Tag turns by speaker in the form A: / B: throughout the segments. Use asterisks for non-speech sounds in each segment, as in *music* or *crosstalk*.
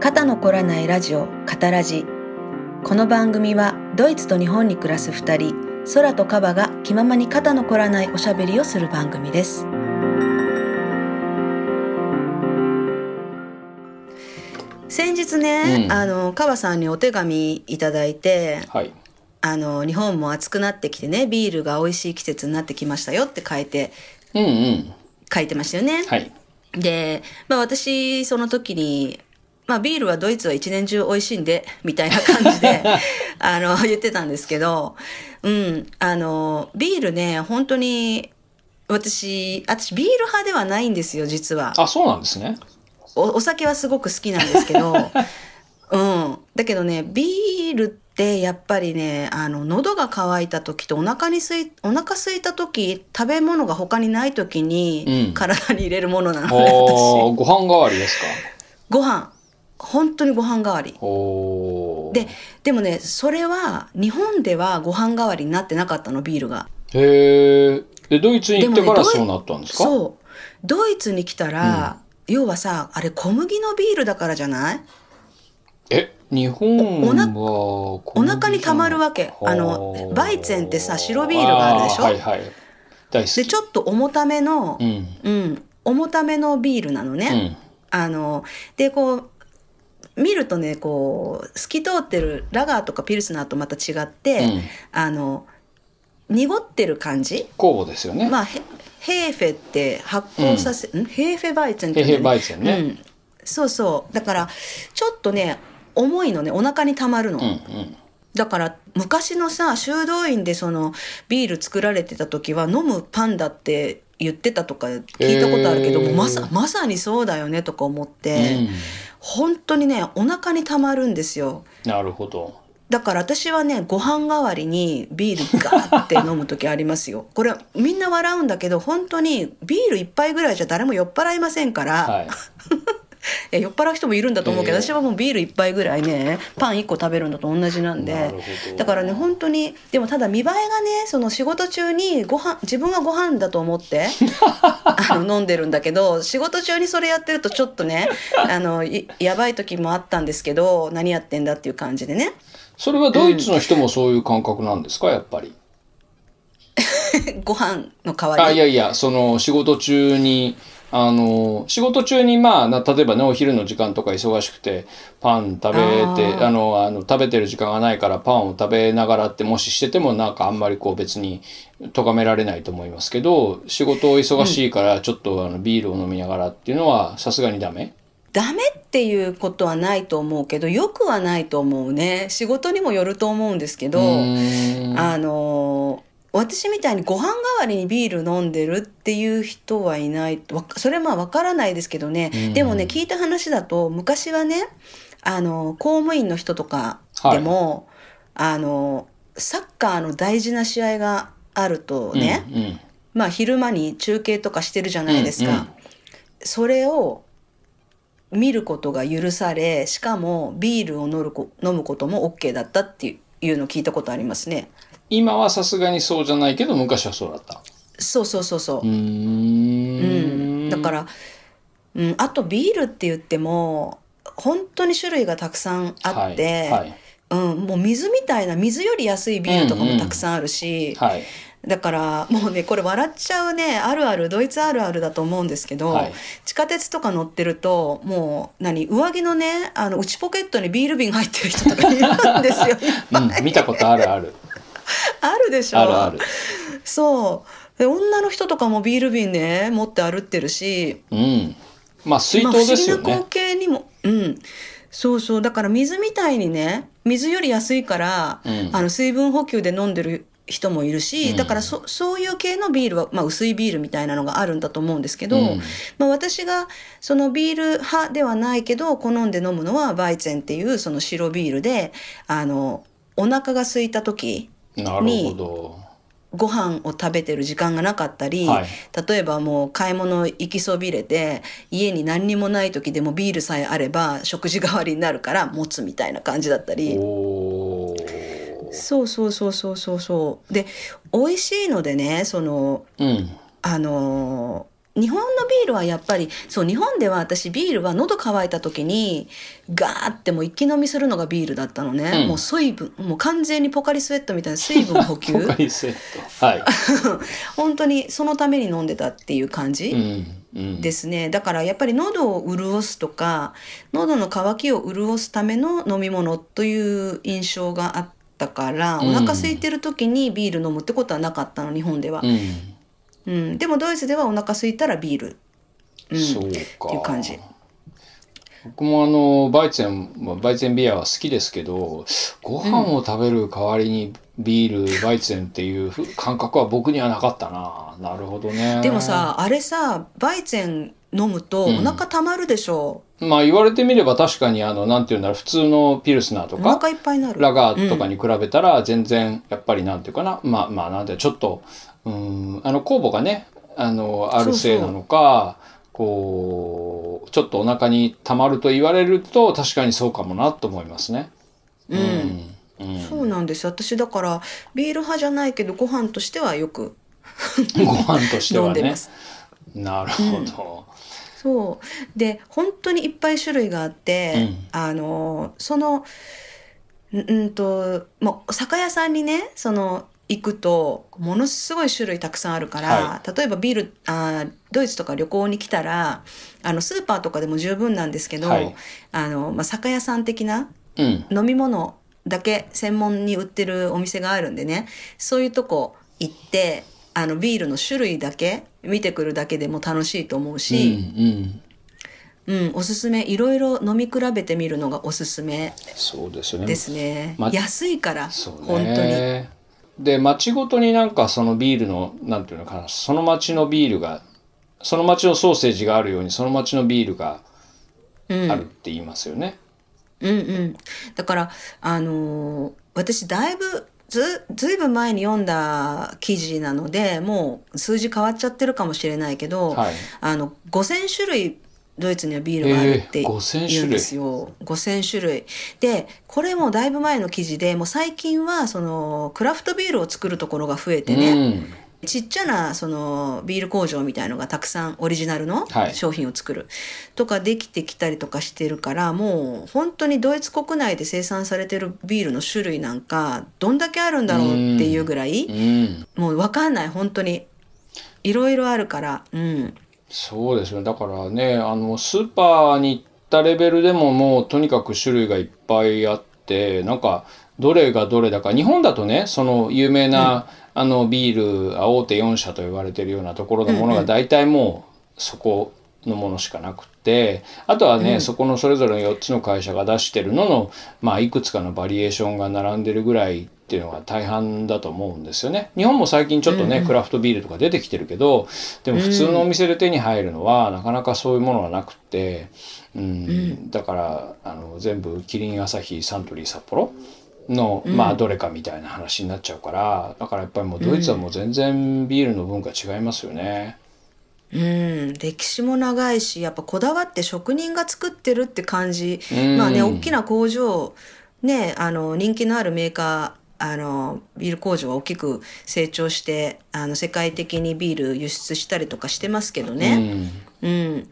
A: 肩のこらないラジオ「カタラジ」この番組はドイツと日本に暮らす2人空とカバが気ままに肩のこらないおしゃべりをする番組です先日ね、
B: うん
A: あのカバさんにお手紙いただいて
B: はい。
A: あの日本も暑くなってきてねビールが美味しい季節になってきましたよって書いて
B: うんうん。
A: 書いてましたよね。
B: はい。
A: で、まあ、私その時に、まあ、ビールはドイツは一年中美味しいんでみたいな感じ
B: *laughs*
A: であの言ってたんですけど、うん、あのビールね本当に私私ビール派ではないんですよ実は
B: あ、そうなんですね。
A: おお酒はすごく好きなんですけ
B: *laughs*
A: ど、うん、だけどねビールってやっぱりねあの喉が渇いた時とお腹にすいお腹空いた時食べ物が他にない時
B: う
A: に
B: ん
A: 体に入れるものなので、
B: お
A: 私
B: ー、ご飯代わりですか。
A: ご飯本当にご飯代わり
B: おー。
A: ででもねそれは日本ではご飯代わりになってなかったのビールが
B: へー。で、ドイツに行ってか
A: でもね
B: ら
A: ドイ
B: そうなったんですか
A: そうドイツに来たら、要はさあれ小麦のビールだからじゃない
B: え、日本
A: おおな
B: は
A: お腹にたまるわけ
B: はー
A: あのバイツェンってさ白ビールがあるでしょ
B: ーはいはい。大好き。
A: でちょっと重ための
B: う、ん。
A: うん重ためのビールなのね、
B: うん。
A: あのでこう見るとねこう透き通ってるラガーとかピルスナーとまた違って、
B: うん。
A: あの濁ってる感じ
B: 酵母ですよね。
A: まあヘヘーフェって発酵させ、んヘーフェバイツェンって
B: ヘ
A: 言う
B: ヘ
A: んだ
B: バ
A: よ
B: イツェンね。
A: ね、うん、そうそうだからちょっとね重いのねお腹にたまるの、
B: うんうん。
A: だから昔のさ修道院でそのビール作られてた時は飲むパンダって言ってたとか聞いたことあるけど、
B: へー
A: まさまさにそうだよねとか思って、
B: うん
A: 本当にねお腹にたまるんですよ
B: なるほど。
A: だから私はねご飯代わりにビールガーって飲む時あります
B: *laughs*
A: よこれみんな笑うんだけど本当にビール一杯ぐらいじゃ誰も酔っ払いませんから、
B: はい。
A: いや酔っ払う人もいるんだと思うけど、
B: ええ
A: 私はもうビール一杯ぐらいねパン一個食べるのと同じなん
B: なる
A: で
B: ほど
A: だからね本当にでもただ見栄えがねその仕事中にご飯自分はご飯だと思って
B: *laughs*
A: あの飲んでるんだけど仕事中にそれやってるとちょっとねあのいやばい時もあったんですけど何やってんだっていう感じでね
B: それはドイツの人もそういう感覚なんですか、やっぱり。
A: ご飯の代わ
B: あい
A: り
B: やいやその仕事中にあの仕事中にまあな例えばねお昼の時間とか忙しくてパン食べて
A: あー
B: あのあの食べてる時間がないからパンを食べながらってもししててもなんかあんまりこう別に咎められないと思いますけど仕事を忙しいからちょっとあのビールを飲みながらっていうのはさすがにダメ
A: ダメっていうことはないと思うけどよくはないと思うね仕事にもよると思うんですけど。
B: うーん
A: あのー私みたいにご飯代わりにビール飲んでるっていう人はいないわそれはまあわからないですけどね、
B: うん
A: でもね聞いた話だと昔はねあのー公務員の人とかでも、あのーサッカーの大事な試合があるとね、
B: うんうん
A: まあ昼間に中継とかしてるじゃないですか、
B: うんうん
A: それを見ることが許されしかもビールを飲るこ飲むことも OK だったっていういうのを聞いたことありますね。
B: 今はさすがにそうじゃないけど昔はそうだった
A: そうそうそうそう
B: うー。
A: うんん、だから、うん、あとビールって言っても本当に種類がたくさんあって、
B: はいはい
A: うん、もう水みたいな水より安いビールとか
B: うんう
A: も
B: ん
A: たくさんあるし、
B: はい
A: だからもうねこれ笑っちゃうねあるあるドイツあるあるだと思うんですけど、
B: はい
A: 地下鉄とか乗ってるともう何上着のねあの内ポケットにビール瓶入ってる人とかいるんです
B: *laughs*
A: よ。いっぱい
B: うん、見たことある
A: *laughs*
B: ある。
A: あるでしょ
B: あるある。
A: そうで女の人とかもビール瓶ね持って歩ってるし
B: うん。まあ、水筒ですよ
A: まあ不思議な光
B: ね。
A: 景にも、うん、そうそうだから水みたいにね水より安いから、
B: うん
A: あの水分補給で飲んでる人もいるし、
B: うん
A: だからそそういう系のビールは、まあ、薄いビールみたいなのがあるんだと思うんですけど、
B: うん
A: まあ、私がそのビール派ではないけど好んで飲むのはバイツェンっていうその白ビールであのお腹が空いた時
B: なるほど。
A: ご飯を食べてる時間がなかったり、
B: はい
A: 例えばもう買い物行きそびれて家に何にもない時でもビールさえあれば食事代わりになるから持つみたいな感じだったり
B: おお。
A: そうそうそうそうそうそうで美味しいのでねその
B: うん。
A: あのー日本のビールはやっぱりそう日本では私ビールは喉乾いた時にガーってもう一気飲みするのがビールだったのね、
B: うん
A: もう水分もう完全にポカリスエットみたいな水分補給
B: *laughs* ポカリスエット。はい。
A: *laughs* 本当にそのために飲んでたっていう感 *laughs* じ、
B: うん。うん。
A: ですねだからやっぱり喉を潤すとか喉の渇きを潤すための飲み物という印象があったから
B: うん
A: お腹空いてる時にビール飲むってことはなかったの日本では
B: う、ん。
A: うんでもドイツではお腹空いたらビール、うん、
B: そうか。
A: っていう感じ
B: 僕もあの、バイツェン、まあバイツェンビアは好きですけど、ご飯を食べる代わりにビール、バイツェンっていうふ感覚は僕にはなかったな。なるほどね。
A: でも、さあれさバイゼン飲むとお
B: うん
A: 腹たまるでしょ、
B: まあ言われてみれば確かにあの、なんていうんだろう、普通のピルスナーと
A: お
B: か、
A: 腹いっぱいになる
B: ラガーとかに比べたら全然やっぱりなんていうかな、まあまあなんてちょっとうーんあの酵母がねあのあるせいなのかこうちょっとお腹に溜まると言われると確かにそうかもなと思いますね。
A: うん、
B: うんうん
A: そうなんですよ私だからビール派じゃないけどご飯としてはよく
B: ご飯として
A: 飲ん
B: は
A: で
B: ね
A: ます。
B: なるほど。
A: そうで本当にいっぱい種類があって、
B: うん
A: あのそのんうんともう酒屋さんにねその行くとものすごい種類たくさんあるから、
B: は
A: 例えばビールあードイツとか旅行に来たらあのスーパーとかでも十分なんですけど、
B: はい
A: あのまあ、酒屋さん的な
B: うん
A: 飲み物だけ専門に売ってるお店があるんでねそういうとこ行ってあのビールの種類だけ見てくるだけでも楽しいと思う
B: うんう
A: し。
B: ん
A: うん、おすすめいろいろ飲み比べてみるのがおすすめ
B: そうですよね。
A: ですね、
B: ま
A: 安いから、
B: そう
A: 本当に
B: ね。で町ごとになんかそのビールのなんていうのかなその町のビールがその町のソーセージがあるようにその町のビールが
A: うん
B: あるって言いますよね。
A: うんうんだからあのー私だいぶずずいぶん前に読んだ記事なのでもう数字変わっちゃってるかもしれないけど、
B: はい。
A: あの5,000種類ドイツにはビールがあるって
B: えー
A: 言
B: 5000種類
A: うんですよ、5,000種類でこれもだいぶ前の記事でもう最近はそのクラフトビールを作るところが増えてね、
B: うん。
A: ちっちゃなそのビール工場みたいのがたくさんオリジナルの
B: はい
A: 商品を作るとかできてきたりとかしてるから、もう本当にドイツ国内で生産されてるビールの種類なんかどんだけあるんだろうっていうぐらい
B: うん。
A: もう分かんない本当にいろいろあるからうん
B: そうですよね。だからね、あの、スーパーに行ったレベルでももうとにかく種類がいっぱいあって、なんか、どれがどれだか、日本だとね、その有名な、あの、ビール、あ大手4社と言われてるようなところのものが大体もう、そこのものしかなくて、あとはね、そこのそれぞれの4つの会社が出してるのの、まあ、いくつかのバリエーションが並んでるぐらいっていうのが大半だと思うんですよね。日本も最近ちょっとね、クラフトビールとか出てきてるけど、でも普通のお店で手に入るのは、なかなかそういうものがなくて、うん、だから、あの、全部、キリン、アサヒ、サントリー、札幌の、まあ、どれかみたいな話になっちゃうから、だからやっぱりもうドイツはもう全然ビールの文化違いますよね。
A: うん歴史も長いしやっぱこだわって職人が作ってるって感じ、
B: うん
A: まあね大きな工場ねあの人気のあるメーカーあのビール工場は大きく成長してあの世界的にビール輸出したりとかしてますけど
B: う
A: ね、
B: ん
A: うん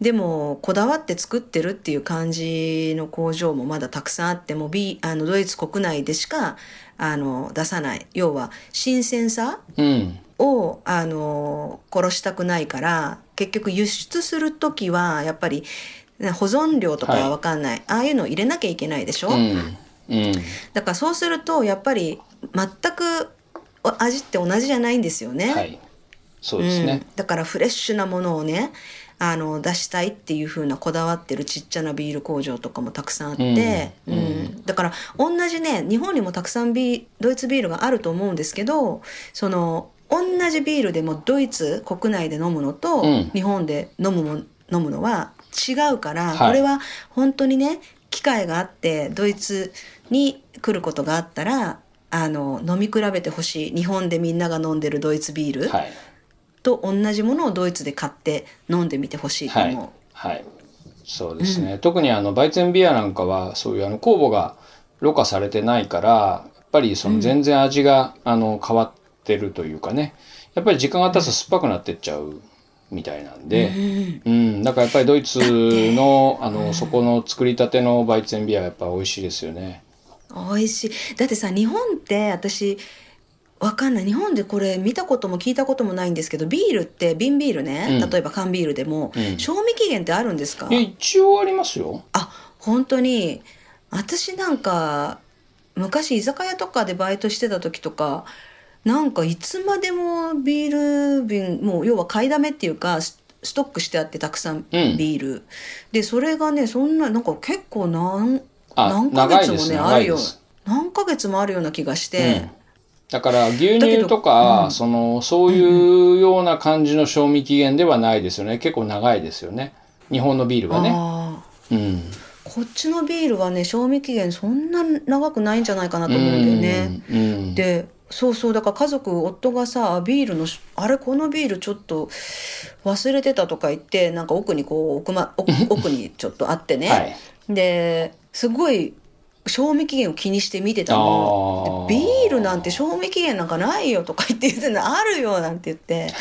A: でもこだわって作ってるっていう感じの工場もまだたくさんあってもうビーあのドイツ国内でしかあの出さない要は新鮮さ
B: うん。
A: をあの殺したくないから結局輸出する時はやっぱりね保存料とかは分かんない、ああいうのを入れなきゃいけないでしょ、
B: うん。うん。
A: だからそうするとやっぱり全くお味って同じじゃないんですよね、
B: はい。そう
A: う
B: ですね
A: ん。、だからフレッシュなものをねあの出したいっていう風なこだわってるちっちゃなビール工場とかもたくさんあって、
B: う
A: うんんだから同じね日本にもたくさんビードイツビールがあると思うんですけどその同じビールでもドイツ国内で飲むのと、
B: うん
A: 日本で飲むも飲むのは違うから、
B: はい
A: これは本当にね機会があってドイツに来ることがあったらあの飲み比べてほしい日本でみんなが飲んでるドイツビール、
B: はい。
A: と同じものをドイツで買って飲んでみてほしいと
B: はい
A: 思う。。
B: はい。そうですね。特にあの、バイツェンビアなんかは、そういうあの、酵母がろ過されてないから、やっぱりその全然味が、あの、変わってるというかね。やっぱり時間が経つと酸っぱくなってっちゃうみたいなんで、うん、だからやっぱりドイツのあのそこの作りたてのバイツェンビアはやっぱ美味しいですよね。
A: 美味しいだってさ日本って私わかんない日本でこれ見たことも聞いたこともないんですけどビールって瓶ビールね、
B: うん
A: 例えば缶ビールでも、
B: うん
A: 賞味期限ってあるんですか
B: いや一応ありますよ。
A: あ本当に私なんか昔居酒屋とかでバイトしてた時とかなんかいつまでもビール瓶もう要は買いだめっていうかスストックしてあってたくさん
B: うん
A: ビール、でそれがねそんななんか結構何
B: あ
A: 何ヶ月
B: 長い
A: も
B: です
A: ね
B: ね
A: あるよ
B: 長いです
A: 何ヶ月もあるような気がし
B: う
A: て
B: ん、だから牛
A: だけ
B: 乳
A: ど
B: とか、そのそういうような感じの賞味期限ではないですよね結構長いですよね日本のビールはね。
A: ああ
B: うん
A: こっちのビールはね賞味期限そんな長くないんじゃないかなと思うんだよね。
B: うんうん
A: でそうそうだから家族夫がさビールのしあれこのビールちょっと忘れてたとか言ってなんか奥にこう奥,、ま、奥奥にちょっとあってね、
B: *laughs* はい
A: ですごい賞味期限を気にして見てたの
B: あー
A: でビールなんて賞味期限なんかないよとか言って言ってんのあるよなんて言
B: *laughs*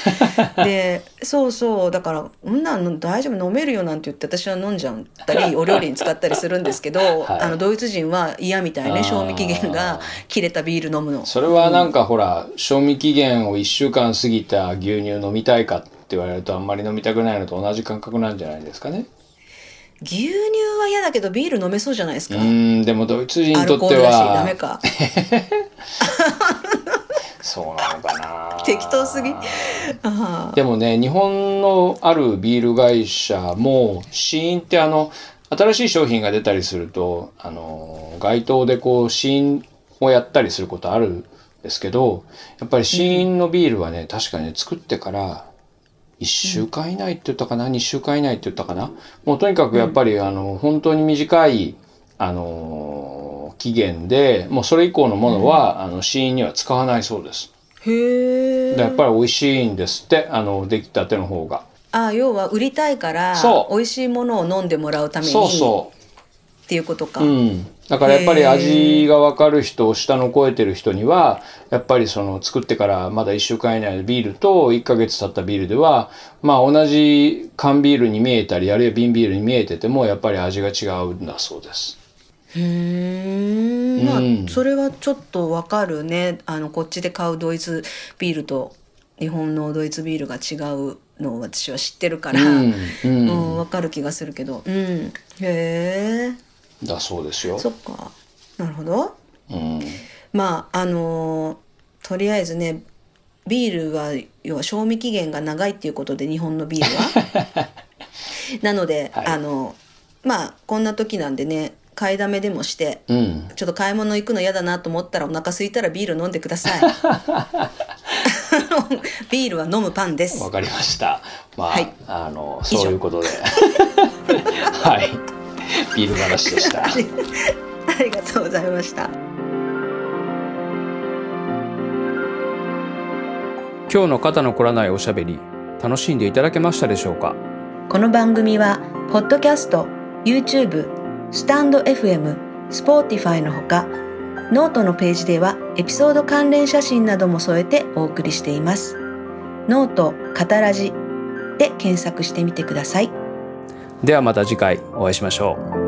A: ってでそうそうだからこんなんの大丈夫飲めるよなんて言って私は飲んじゃった
B: *laughs*
A: りお料理に使ったりするんですけど、
B: はい
A: あのドイツ人は嫌みたい
B: あー
A: ね賞味期限が切れたビール飲むの。
B: それはなんかほら、賞味期限を1週間過ぎた牛乳飲みたいかって言われるとあんまり飲みたくないのと同じ感覚なんじゃないですかね。
A: 牛乳は嫌だけどビール飲めそうじゃないです
B: う
A: か。
B: ーんでもドイツ人
A: ア
B: にと
A: ル
B: っ
A: コー
B: て
A: ルだしダメ
B: は
A: か。
B: そうなのかな
A: 適当
B: *laughs*
A: すぎあ
B: でもね日本のあるビール会社も試飲ってあの新しい商品が出たりするとあの街頭でこう試飲をやったりすることあるんですけどやっぱり試飲のビールはね、確かにね作ってから1週間以内って言ったかな、2週間以内って言ったかなもうとにかくやっぱり、あの本当に短いあの期限でもうそれ以降のものは、あの試飲には使わないそうです。
A: ーへ
B: でやっ
A: え。
B: ぱり美味しいんですってあの出来たての方が
A: あ要は売りたいから
B: そう
A: 美味しいものを飲んでもらうために
B: そうそ
A: っていうことか。
B: う、うん、だからやっぱり
A: へー
B: 味が分かる人舌の肥えてる人にはやっぱりその作ってからまだ1週間以内のビールと1ヶ月経ったビールではまあ同じ缶ビールに見えたりあるいは瓶ビールに見えててもやっぱり味が違うんだそうです
A: うーん。まあ、
B: うん
A: それはちょっとわかるね。あのこっちで買うドイツビールと日本のドイツビールが違うのを私は知ってるから、
B: うん、
A: う
B: う
A: んん、わかる気がするけど。うん。へえ。
B: だそうですよ
A: そっか。なるほど。
B: うん
A: まああのーとりあえずねビールは要は賞味期限が長いっていうことで日本のビールは
B: *laughs*
A: なので、
B: はい
A: あのまあこんな時なんでね買いだめでもして
B: うん
A: ちょっと買い物行くの嫌だなと思ったらお腹空いたらビール飲んでくだ
B: *laughs*
A: さい *laughs* ビールは飲むパンです
B: わかりましたまあ、
A: はい
B: あの
A: 以上
B: そういうことで *laughs* はいビール話でした
A: ありがとうございました
B: 今日の肩のこらないおしゃべり楽しんでいただけましたでしょうか
A: この番組はポッドキャスト YouTube スタンド FM スポーティファイのほかノートのページではエピソード関連写真なども添えてお送りしていますノート「カタラジ」で検索してみてください
B: ではまた次回お会いしましょう